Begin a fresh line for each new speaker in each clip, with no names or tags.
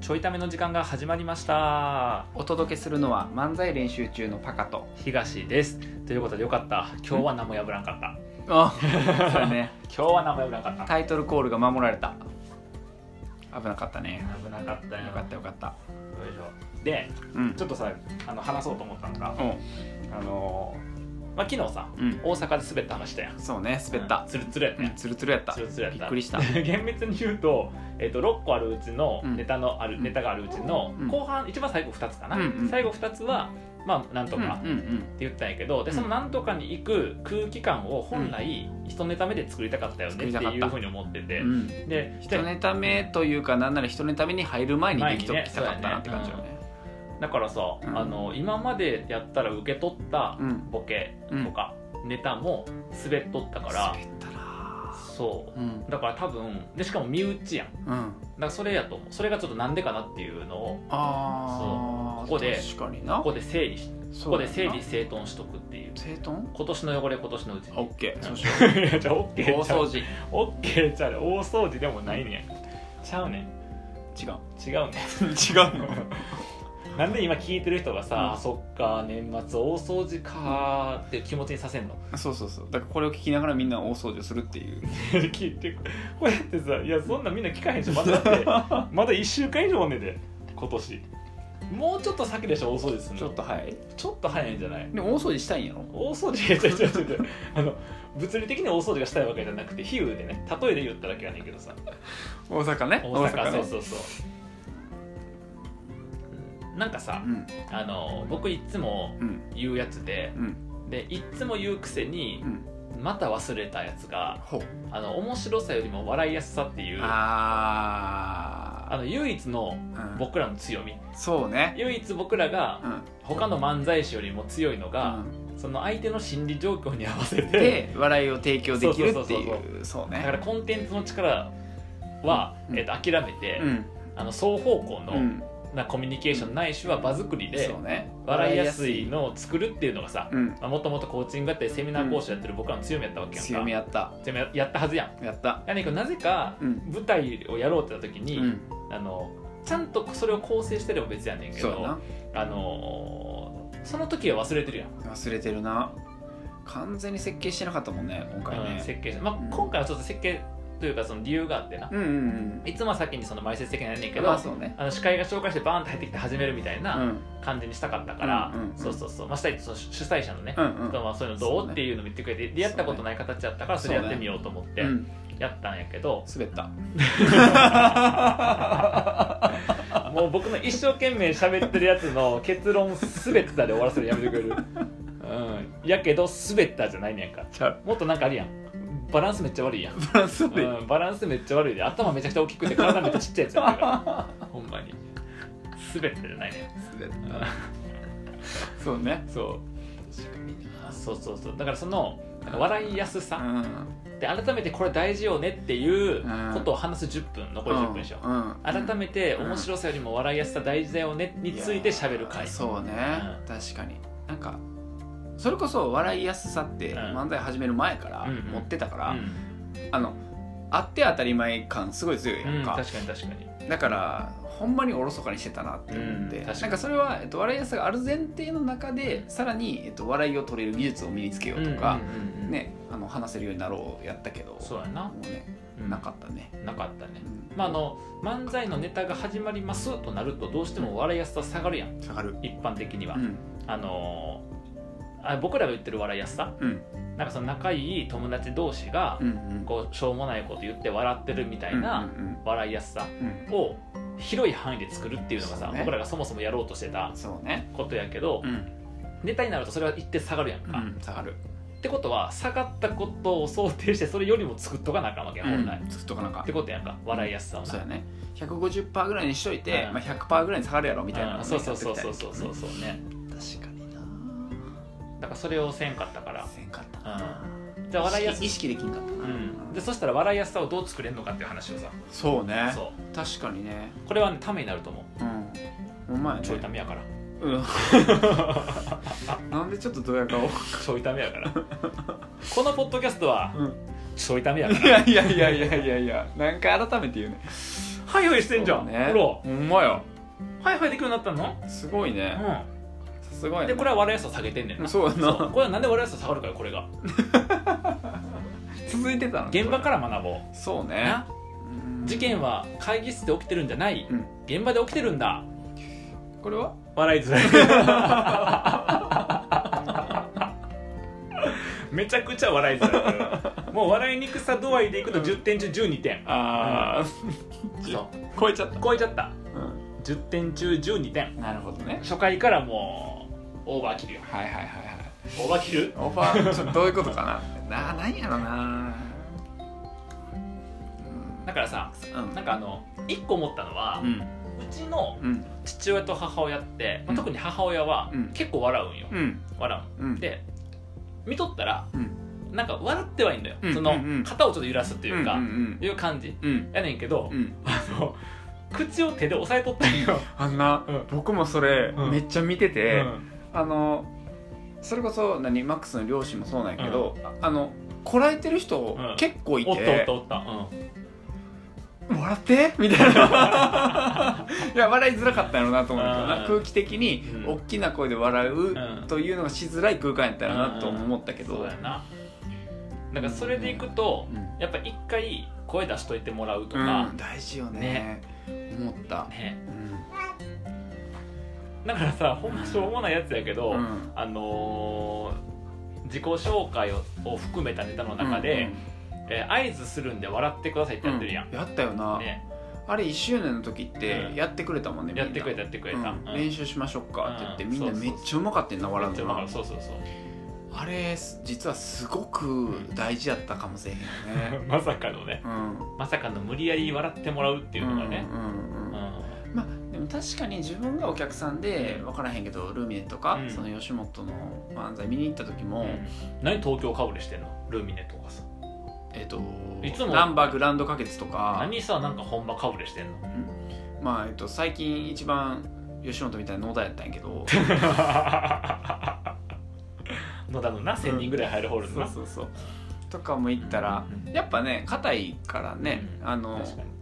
ちょいための時間が始まりました
お届けするのは漫才練習中のパカと
東ですということでよかった今日は何も破らんかった
あそうね
今日は何も破らんかった
タイトルコールが守られた危なかったね
危なかったよ
よかったよかった
よいしょで
うん
ちょっとさあの話そうと思ったのがあのーまあ昨日さ、
うん
大阪で滑った話したやん
そうね滑った、
つるつるやった
う
や
ん、ツルツルやった
ツルツルやった
びっくりした
厳密に言うと,、えっと6個あるうちの
うん
ネタのある、
うん
ネタがあるうちの
うん
後半、一番最後2つかな、
うんうん
最後2つはまあなんとかっ
う
て
んうん
言ったんやけど、で
うん
そのなんとかに行く空気感を本来一ネタ目で作りたかったよねって
作りた
い
か
う
った
ふうに思ってて、
うん、うん、
で
一ネタ目というかなんなら一ネタ目に入る前にできと
前にね
きたかったなって感じよね
だからさ、
うん
あの今までやったら受け取った
うん
ボケとか、ネタも滑っとったから
滑ったな
そ
うん
うだから多分でしかも身内やんだか
うん
らそれやと思うそれがちょっとなんでかなっていうのを
あ
そうこ
あ
こで
確かにな
ここで整理しここで整理
す
整頓しとくっていう
整頓
今年の汚れ今年のうち
オ
に
ッ ケーそうし よ
いやじゃあオッケ
う
ー
大
ちゃう
掃除違
オッケーちゃうね大掃除でもないねんちゃうねん
う
違うね
違うの
ん なんで今聞いてる人がさ、
うん
そっか年末大掃除かーって気持ちにさせ んの
そうそうそうだからこれを聞きながらみんな大掃除をするっていう
聞いてこうやってさいやそんなみんな聞かへんしまだだって まだ1週間以上おんねんで今年もうちょっと先でしょ大掃除するの
ちょっと早い
ちょっと早いんじゃない
でも大掃除したいんやろ
大掃除違う違う違う違う あの物理的に大掃除がしたいわけじゃなくて比喩でね例えで言っただけやねんけどさ
大阪ね
大阪
ね
そうそうそうなんかさ
うん
あの僕いつも
うん
言うやつで
うん
でいつも言うくせに
うん
また忘れたやつが
ほう
あの面白さよりも笑いやすさっていうあ
あ
の唯一の
あ
僕らの強み
そうね
唯一僕らが
うん
他の漫才師よりも強いの
う
が、
ん
その相手の心理状況に合わせて
で笑いを提供できるって
そうそうそ
いうそう
だか
ね
らコンテンツの力は、
うん
えっと諦めて、
うん
あの双方向の、
うん
なコミュニケーションないしは場作りで
そうね
笑いやすいのを作るっていうのがさ
うん
もともとコーチングやったりセミナー講師やってる僕らの強みやったわけやんか
強みやった
強みややったはずやん
やった
やねんけどなぜか
うん
舞台をやろうってなった時
う
に、
ん
あのちゃんとそれを構成してれば別やねんけ
そうや
どあのーその時は忘れてるやん、
な忘れてるな完全に設計してなかったもんね今回
うん
ね
設計して、まあ
うん
今回はちょっと設計というかその理由があってな、
うんうん
いつもは先にその埋設的なやんねん
う
け
ん
ど、
まあそうね
あの司会が紹介してバーンと入ってきて始めるみたいな、
うん
感じにしたかったから、
うんうんうん
そうそうそう、まあ、したいその主主催者のね、
うん
とかまあそういうのどう
そうね
っていうのも言ってくれて、でやったことない形だったからそ
そう
れ
ね
やってみようと思って
うんうん
やったんやけど、
滑った
もう僕の一生懸命喋ってるやつの結論滑ったで終わらせるのやめてくれる、うん、やけど滑ったじゃないねんか
ちゃう
もっとなんかあるやんバランスめっちゃ悪いやん、
バランス悪い
うん、バランスめっちゃ悪いで頭めちゃくちゃ大きくて体めっちゃちっちゃいやつやってるから ほんまに滑ったじゃないねん
滑ったそうね
そうそうそうそうだからそのなんか笑いやす
う
さ、
ん
で改めてこれ大事よねっていう
うん
ことを話す10分残り10分でしょ、
うん
改めて面白さよりも笑いやすさ大事だよねについて喋る
い
回
やそうね
う
確かになんかそれこそ笑いやすさって
うん
漫才始める前から
うんうん
持ってたから
うん
あのあって当たり前感すごい強いや
うんん、
か
確かに確かに
だからほんまにおろそかにしてたなって思って、
うん確かに
なんかそれは、えっと、笑いやすさがある前提の中でさらに、えっと、笑いを取れる技術を身につけようとか、
うんうんうん
ね、あの話せるようになろうやったけど
そうや
も
な、
うね
うん
なかったね、
なかったね
うん
まああの漫才のネタが始まりますとなるとどうしても笑いやすさ下がるやん
下がる
一般的には、
うん
あのーあ僕らが言ってる笑いやすさ
うん
なんかその仲いい友達同士が
うんうん
こうしょうもないこと言って笑ってるみたいな
うん
笑いやすさ
うんうん
を広い範囲で作るっていうのがさ、
そうね
僕らがそもそもやろうとしてた
そうね
ことやけど、
うん、
ネタになるとそれは一定下がるやんか、
下がる
ってことは下がったことを想定してそれよりも作っとかなあかんわけやん本来、
うんずっとかなんか
ってことやんか笑いやすさをな
そうやね150%ぐらいにしといて、
うん
まあ、100%ぐらいに下がるやろみたいなの
う
ね
んそうそうそう
やっ
そ
ていき
う
たい
そうそうそうね
確かにな
だからそれをせんかったから
せんかったな、
じゃあ笑いやす
意識意識できんかったな、
うん、でそしたら笑いやすさをどう作れるのかっていう話をさ
そうね
そ
確かにね
うこれはねためになると思う
うんお前ね
ちょいためやから
うんなんで ちょっとドヤ顔
ちょいためや からこのポッドキャストは
うん
ちょいためやから
いやいやいやいやいやいや何回改めて言うね
ハイハイしてんじゃん、
ね
ほ
ほんまや
らハイハイできるようになったの
すごいねさすが
う
や
ん
ね
でこれは悪いやつを下げてんねんな
そうや
そう
な
こ れはなんで悪いやつを下がるかよこれが
続いてたの
現場からら学ぼう
そうね
な
うん
事件は会議室で起きてるんじゃない、
うん
現場で起きてるんだ
これは
笑いづらい めちゃくちゃ笑いづらいもう笑いにくさ度合いでいくと10点中12点
ああ
そう
超えちゃった
超えちゃった
う
10点中12点
んなるほどね
初回からもうオーバー切るよ
はいはいはいはい
オーバー切る
オファーちょっとどういうことかな ななんやろな
だからさ
うん
なんかあの一個思ったのは、
う
うんちの
うん
父親と母親って、ま
うん
あ、特に母親は
うん
結構笑うんよ、
うん
笑
うん
うで見とったら、
う
なんか笑ってはいいんだよ、
うん
そ
うんうん
の肩をちょっと揺らすっていうか、
うんうん
いう感じ
うんうん
やねんけど、
うん
あの口を手で押さえとったんよ、
あんな、
うん
僕もそれ
うん
めっちゃ見てて、あのそれこそ何マックスの両親もそうなんやけど、ああのこらえてる人、
うん
結構いて
おったおったおった、
笑ってみたいないや笑いづらかったんやろうなと思うんだけど
う
なん空気的に
うん
大きな声で笑ううんというのがしづらい空間やったらなとも思ったけ
そ
ど、
うやななんかそれでいくと、
うん
やっぱ一回声出しといてもらうと
う
か
ん、、大事よね思った、
ね
う
だからさほんましょうもないやつやけど、
んうん
あのー自己紹介をを含めたネタの中で、えー合図するんで笑ってくださいって
う
や
ん
ってるやん、
うやったよな、
ね、
あれ1周年の時って
うん
やってくれたもんね、みんな
やってくれたやってくれた、
うん
うん
練習しましょうかって言って、
うん
みんなめっちゃうまかったんな笑
めっ
う
ちゃ
の
うまかった
が
そうそうそう
あれ実はすごく大事やったかもしれへんよね
まさかのね
うん
まさかの無理やり笑ってもらうっていうのがね、
うんうん
うん
うんまあでも確かに自分がお客さんで分からへんけどルミネとか、
うん
その吉本の漫才見に行った時も、
うん何東京かぶれしてんのルミネとかさ
えっ、と
いつも
ナンバーグランド花月とか
何さなんか本場かぶれしてん の
まあえっ、と最近一番吉本みたいな野田やったんやけど
野田のな1000人ぐらい入るホールの
そ
な
うそうそうとかも行ったら、
うん
やっぱね硬いからね、
うん
あの
確かに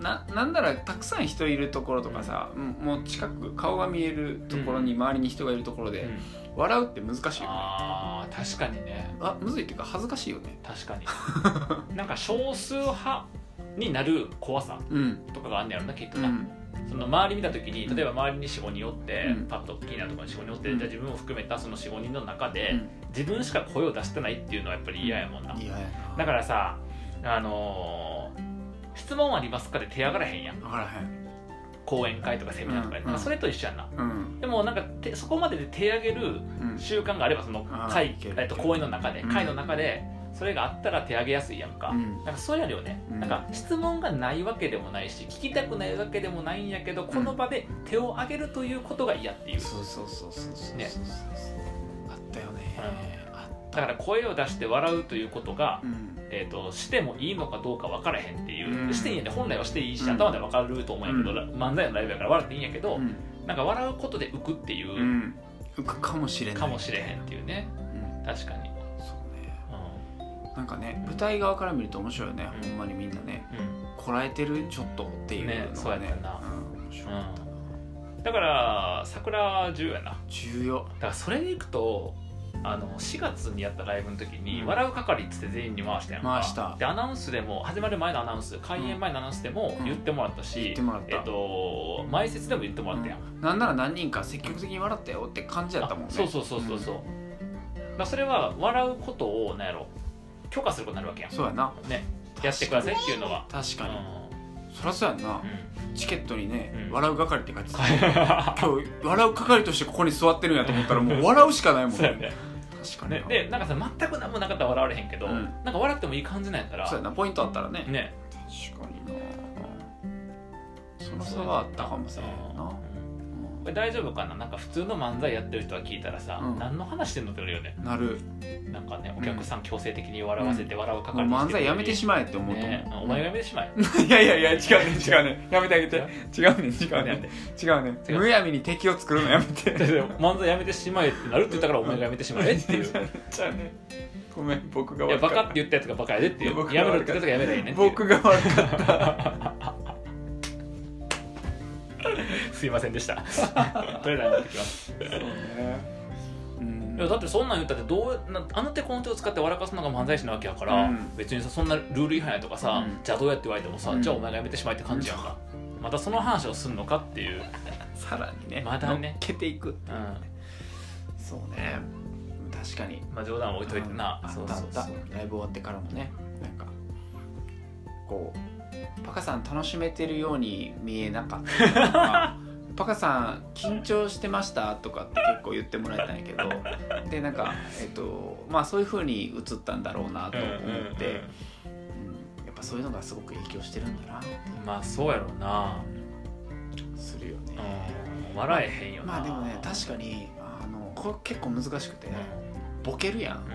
ななんならたくさん人いるところとかさ、もう近く顔が見えるところに
う
周りに人がいるところで、
うん
笑うって難しいよね
あー確かにね
あむずいっていうか恥ずかしいよね
確か になんか少数派になる怖さ
うん
とかがあんねやろなきっと
う
な、
ん
その周り見た時に
うん
例えば周りに45人おって、
うん
パッと大きいなところに45人おって、
うん
じゃあ自分を含めたその45人の中で、
うん
自分しか声を出してないっていうのはやっぱり嫌やもんな、
嫌やな
だからさあのー質問ありますかで手上がらへんやん
分からへん
講演会とかセミナーとかで、
うん
なんかそれと一緒やんな
うん
でもなんかてそこまでで手上げる
うん
習慣があればその
あー
会
いける、
えっと、講演の中で
うん
会の中でそれがあったら手上げやすいやんか、
うん
なんかそうやるよね、
うん
なんか質問がないわけでもないし聞きたくないわけでもないんやけどこの場で手を挙げるということが嫌っていう
そうそうそうそうそうそうそう、
ね
あったよね、あっ
だから声を出して笑うということが
う、ん
えー、としてもいいのかどうか分からへんっていう、
うん
していいんやね本来はしていいし、
うん
頭で分かると思うんやけど、
うん
ら漫才のライブやから笑っていいんやけど、
うん
なんか笑うことで浮くっていうう、
ん浮くかもしれない
かもしれへんっていうね
うん
確かに、
そうね
う
なんかね舞台側から見ると面白いよね、
うん
ほんまにみんなね
んうん、
こらえてるちょっとっていうのがね
ねそうやったな
うん、面白かったな、
だから桜重要やなだ
重要
からそれでいくとあの4月にやったライブの時に「
うん
笑う係」っつって全員に回したやんか
回した
でアナウンスでも始まる前のアナウンス開演前のアナウンスでも
うん
言ってもらった
言
し、
ってもらった
えっと前説でも言ってもらったやん、
うんなんなら何人か積極的に笑ったよって感じだったもん
あ
ね
そうそうそうそうそう、だからそれは笑うことをなんやろ許可することになるわけやん
そうやな
ねやってくださいっていうのは
確かに、
う
そりゃそうやんな、
ん
チケットにね、
うん
笑う係って書いてた
うん
今日笑う係としてここに座ってるんやと思ったら もう笑うしかないもん
そうやね
確かに
ねでなんかさ全く何もなかったら笑われへんけど、
うん
なんか笑ってもいい感じなんやったら
そうやなポイントあったらね
ね
確かになその差はあったかもしれないな、
うんこれ大丈夫かななんか普通の漫才やってる人は聞いたらさ、
うん
何の話してんのって言われるよ
うんなる
ねなんかねお客さん強制的に笑わせて笑うか
も
か
う
り
漫才やめてしまえって
ま
思うと思う、
ねお前がやめてしまえ
いやいやいや違うね違うねやめてあげて違うね違
な
うん
でやっ
ね
て
違うね
違う
むやみに敵を作るのやめて
だって漫才やめてしまえってなるって言ったからお前がやめてしまえ っていうい
じゃあねごめん僕が
や
悪か
バ
った
カって言ったやつがバカやでっていう
僕が
やめろって言ったやつがやめりゃいいねっていう
僕が悪かった
すいませんでしたトレーラーになってきます
うん
いやだってそんなん言ったってどうなあの手この手を使って笑かすのが漫才師なわけやから、
うん
別にさそんなルール違反やとかさ、
うん
じゃあどうやって言われてもさ、
うん
じゃあお前がやめてしまえって感じやんか、またその話をすんのかっていう、
さらにね
まだね
乗っけていく
うん
そうね確かに
まあ、冗談は置いといてな、
うんあ
そ
っ
う
た
そ
あっ
うそ
た
う
ライブ終わってからもねなんかこうパカさん楽しめてるように見えなかった とかパカさん緊張してましたとかって結構言ってもらえたんやけどでなんかえっとまあそういうふうに映ったんだろうなと思って、
うんうんうん
うんやっぱそういうのがすごく影響してるんだなって
まあそうやろうな、
するよね、
うん、笑えへんよな
まあでもね確かにあのこれ結構難しくて、ボケるやん
うんうん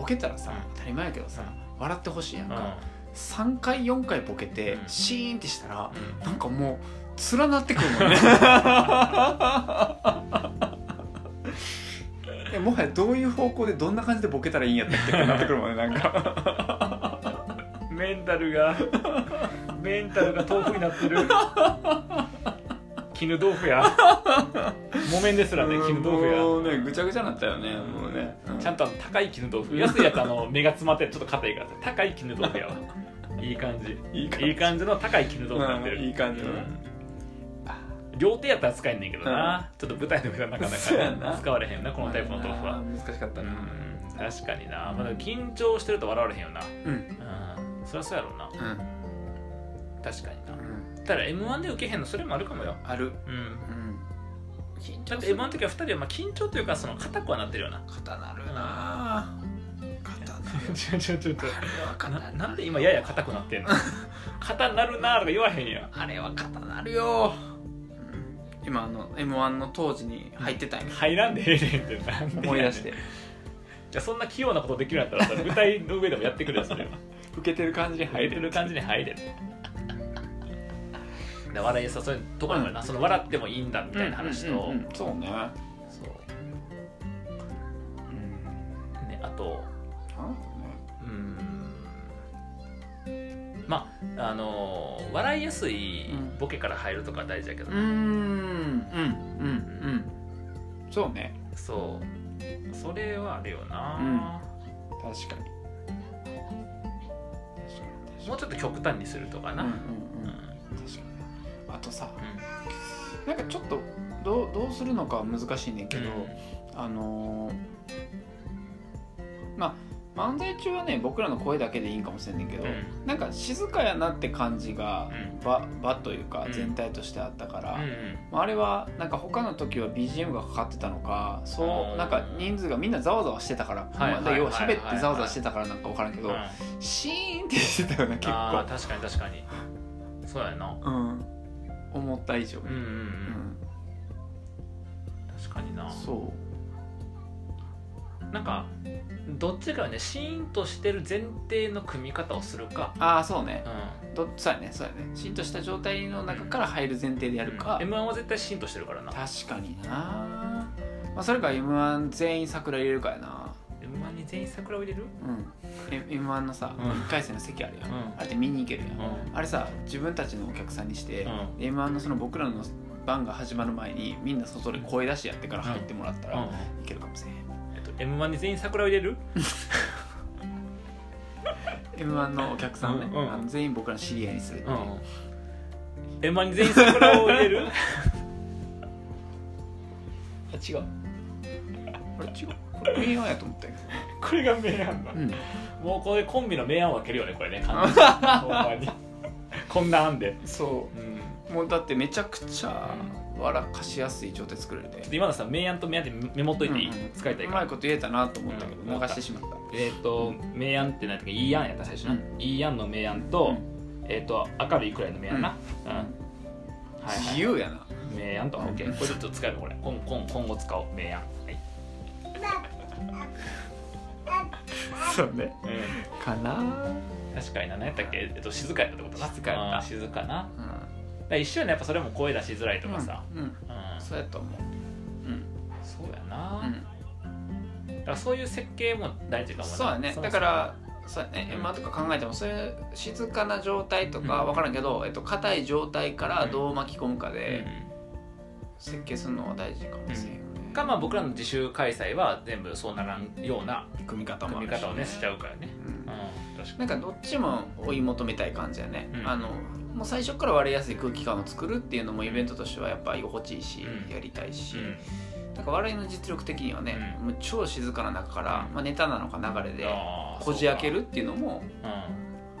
ボケたらさ、
うん
当たり前やけどさ、笑ってほしいやん
う
か、
ん
3回4回ボケて、
うん
シーンってしたら、
うん
なんかもう連なってく るもんねえもはやどういう方向でどんな感じでボケたらいいんやったっけってなってくるもんねな んか
メンタルが メンタルが豆腐になってる絹豆腐や木綿ですらね
うん
絹豆腐
もう
や
ねぐちゃぐちゃになったよねもうね、
ちゃんとあの高い絹豆腐安いやつあの目が詰まってちょっと硬いからさ高い絹豆腐やわいい感じ
いい感じ
いい感じの高い絹豆腐になってる、
うんいい感じの
両手やったら使えんねんけどな、ちょっと舞台の上はなか
そうや
なか
な
使われへんなこのタイプの豆腐
まあ
は、
難しかった
う
な、
ん、確かにな、まあ、でも緊張してると笑われへんよな
うん
うんそりゃそうやろうな
うん
確かにな
うん
ただ m 1で受けへんのそれもあるかもよ
ある
うん
うん緊
だって M1 の時は2人はまあ緊張というかその硬くはなってるよな
肩なるな肩な る
ちょちょちょちょ
あれは肩
な
な
なんで今やや硬くなってんの硬なるなーとか言わへんやん
あれは肩なるよ、うん今あの m 1の当時に入ってたんやけど
入らんでええねんってなんでやねん
思い出して
じゃあそんな器用なことできるんだったらさ舞台の上でもやってくれよそれは
受けてる感じに
入ってる感じに入れるで笑いさそういうところもあるな、その笑ってもいいんだみたいな話と、
うんうんうんそうね
そう
うん
ねあと
なん
うーんまああのー笑いやすいボケから入るとか大事だけど、
だろうねうんうんうんうんそうね
そうそれはあるよな、
確かに確かに
もうちょっと極端にするとかな、
う
うんん
うん
う
うん
ん
確かにあとさなんかちょっとどうどうするのかは難しいねんけど、あのーまあ漫才中はね僕らの声だけでいいんかもしれんねんけど、
うん
なんか静かやなって感じが
うん
場場というか
うん
全体としてあったから、
うん
まあ、あれはなんか他の時は BGM がかかってたのか
う
そ
ん
うなんか人数がみんなざわざわしてたから、
はいはいはいはい
まあ要は喋ってざわざわしてたからなんか分からんけ
う
ど、
ん
シーンってしてたよね結
あー
構、
確かに確かにそうやな
うん、思った以上
うんうんうん、
うん
確かにな
そ
なんかどっちかはねシーンとしてる前提の組み方をするか
うああそうね
うん
どそうやねそうやねシーンとした状態の中から入る前提でやるか、
m 1は絶対シーンとしてるからな
確かにな、まあ、それか m 1全員桜入れるかやな
m 1に全員桜を入れる
うん m 1のさ、
うん
1回戦の席あるやん、
うん
あれって見に行けるやん、
う
あれさ自分たちのお客さんにして、
うん
m 1のその僕らの番が始まる前にみんな外で声出しやってから入ってもらったら、
ん、
いけるかもしれん
えっと、m 1に全員桜を入れる
m 1のお客さんをね、
うんうん
あの全員僕らの知り合いにするっていう
う、ん m 1に全員桜を入れ る
あ違うあれ違うこれ m 1やと思ったけど
これが明暗だ、
うん
もうこれコンビの明暗を分けるよねこれね完全 にほんまにこんな案で、
そう
うん、
もうだってめちゃくちゃ笑かしやすい状態作れるで
ちょっと今のさ明暗と明暗ってメモっといていい、
うんうん
使いたいうか
ま
ら
いこと言えたなと思ったけど、
うん
流してしまった
えっ、と明暗って何だっけいい案やった最初な、
う
うんいい案の明暗と、えっ、と明るいくらいの明暗な、うんはいはい
自由やな
明暗とオッケーこれちょっと使えばこれ今今今後使おう明暗はい、
そうね
う
かな、
ん、確かにな何やったっけ、えっと、静かやったってことな
静かやった
うん静かな
う
だから一緒やねやっぱそれも声出しづらいと
ん、
かさ、
うん、うん
うん
そうやと思ううん
そうやな、
うん
だからそういう設計も大事かもな
そうやね
の
だからそうやね、
うん
m 1とか考えてもそういう静かな状態とか
うん
分からんけど、えっと、硬い状態からどう巻き込むか
うん
で、設計するのは大事かもしれんよね、
かまあ僕らの自主開催は全部そうならんような
組み方もあ
組み
る
方をねしちゃうからね
うん
うん確か
なんかどっちも追い求めたい感じやね、
うん
あのもう最初から割れやすい空気感を作るっていうのもイベントとしてはやっぱ居心地いいし、
うん
やりたいし、
にうん
なんか笑いの実力的にはね、
う
もう超静かな中から、
うん
まあ、ネタなのか流れで
あー
こじ開けるっていうのも
そうか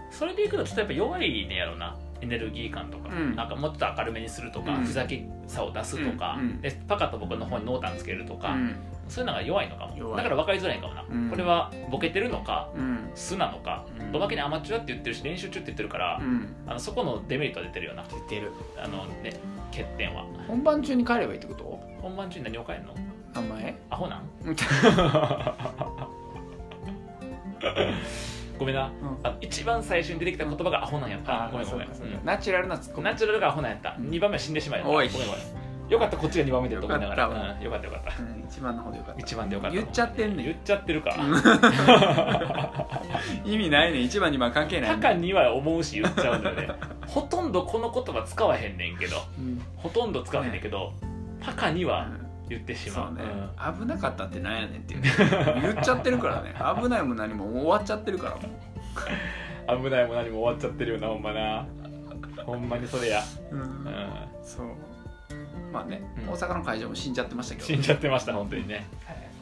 うんそれでいくとちょっとやっぱ弱いねやろなエネルギー感とか、
うん
なんかもうちょっと明るめにするとか、
うん
ふざけさを出すとか、
うんうん
でパカと僕の方に濃淡つけるとか、
うん
そういうのが弱いのかも
弱い
だから分かりづらいかもな、
うん
これはボケてるのか
うん
素なのか、
うん
おまけにアマチュアって言ってるし練習中って言ってるから、
うん
あのそこのデメリットは出てるよな
出てる
あのね欠点は
本番中に帰ればいいってこと
本番中に何を変えんの
名前
アホなん
うん
ごめんな
うん
あの一番最初に出てきた言葉がアホなんやったごめんごめん
そうかそうか
う
ナチュラルなツッコ
ん
ミ
ナチュラルがアホなんやった2番目は死んでしまえたご
お
め
い
んごめんよかったこっちが2番目でと思いなが
よかった
らうんよかったよかった
うん一番の方でよかった
一番でよかった
言っちゃってんねん
言っちゃってるか
意味ないねん一番二番関係ない
タ
ねん
カには思うし言っちゃうんだよねほとんどこの言葉使わへんねんけど
うん
ほとんど使わへんねんけどパカには言ってし
そ
まう
うね、
うん
危なかったってなんやねんっていうね言っちゃってるか らね危ないも何ももう終わっちゃってるからも
危ないも何も終わっちゃってるよなほんまなほんまにそれや、
う、う
うんん、
そうまあね、
うん
大阪の会場も死んじゃってましたけど
死んじゃってました本当にね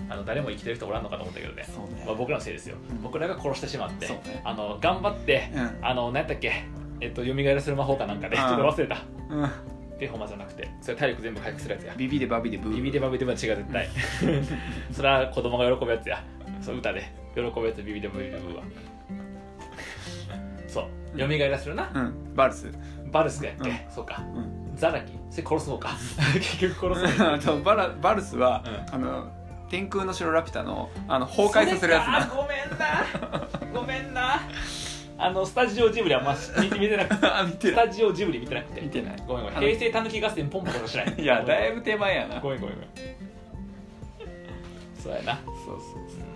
あの誰も生きてる人おらんのかと思ったけどね、
そうね
まあ、僕らのせいですよ
うん
僕らが殺してしまって、
そうね
あの頑張って
う
あの何やったっけえっと蘇らせる魔法かなんかで、
うん
ちょっと忘れた
ん、うん、
でほんまじゃなくてそれ体力全部回復するやつや
ビビでバビでブー
ビビデバビデバ違う絶 対それは子供が喜ぶやつやそう歌で喜ぶやつビビデバビデバはそう蘇らせるな
うんバルス、
バルスがやっけ、
うん
そうか
うん、
ザラキそれ殺そう か結局殺そう
あとバラバルスは、
う
あの天空の城ラピュタのあの崩壊させるやつ
それかごめんなごめんなあのスタジオジブリはま 見て見てなくて
なあ 見て
ス
ない
タジオジブリ見てなくて
見てない
ごめんごめん
あの
平成たぬき合戦ポンポコとしない
いやだい
ぶ
ぶ手前やな
ごめんごめんごめんそうやな
そうそうそ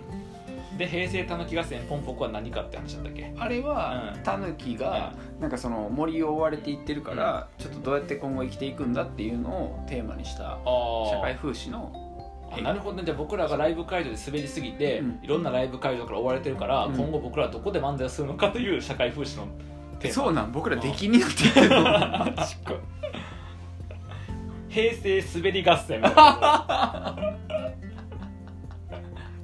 で平成たぬき合戦ポンポコは何かって話だったっけ
うあれは、
うん
タヌキがなんかその森を追われていってるから、ちょっとどうやって今後生きていくんだっていうのをテーマにした
あ
社会風刺の
あなるほどねじゃあ僕らがライブ会場で滑りすぎて、
うん
いろんなライブ会場から追われてるから、
うん
今後僕らはどこで漫才をするのかという社会風刺のテーマ
そうなん僕ら出禁になってるの マジか
平成滑り合戦みたいな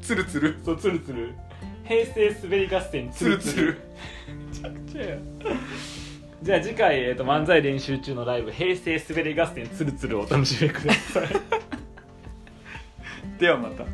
つるつる
そうつるつる平成滑り合戦つ
つる
るつ
つ
る
る
じゃあ次回、えー、と漫才練習中のライブ「平成滑り合戦つるつる」をお楽しみください
ではまた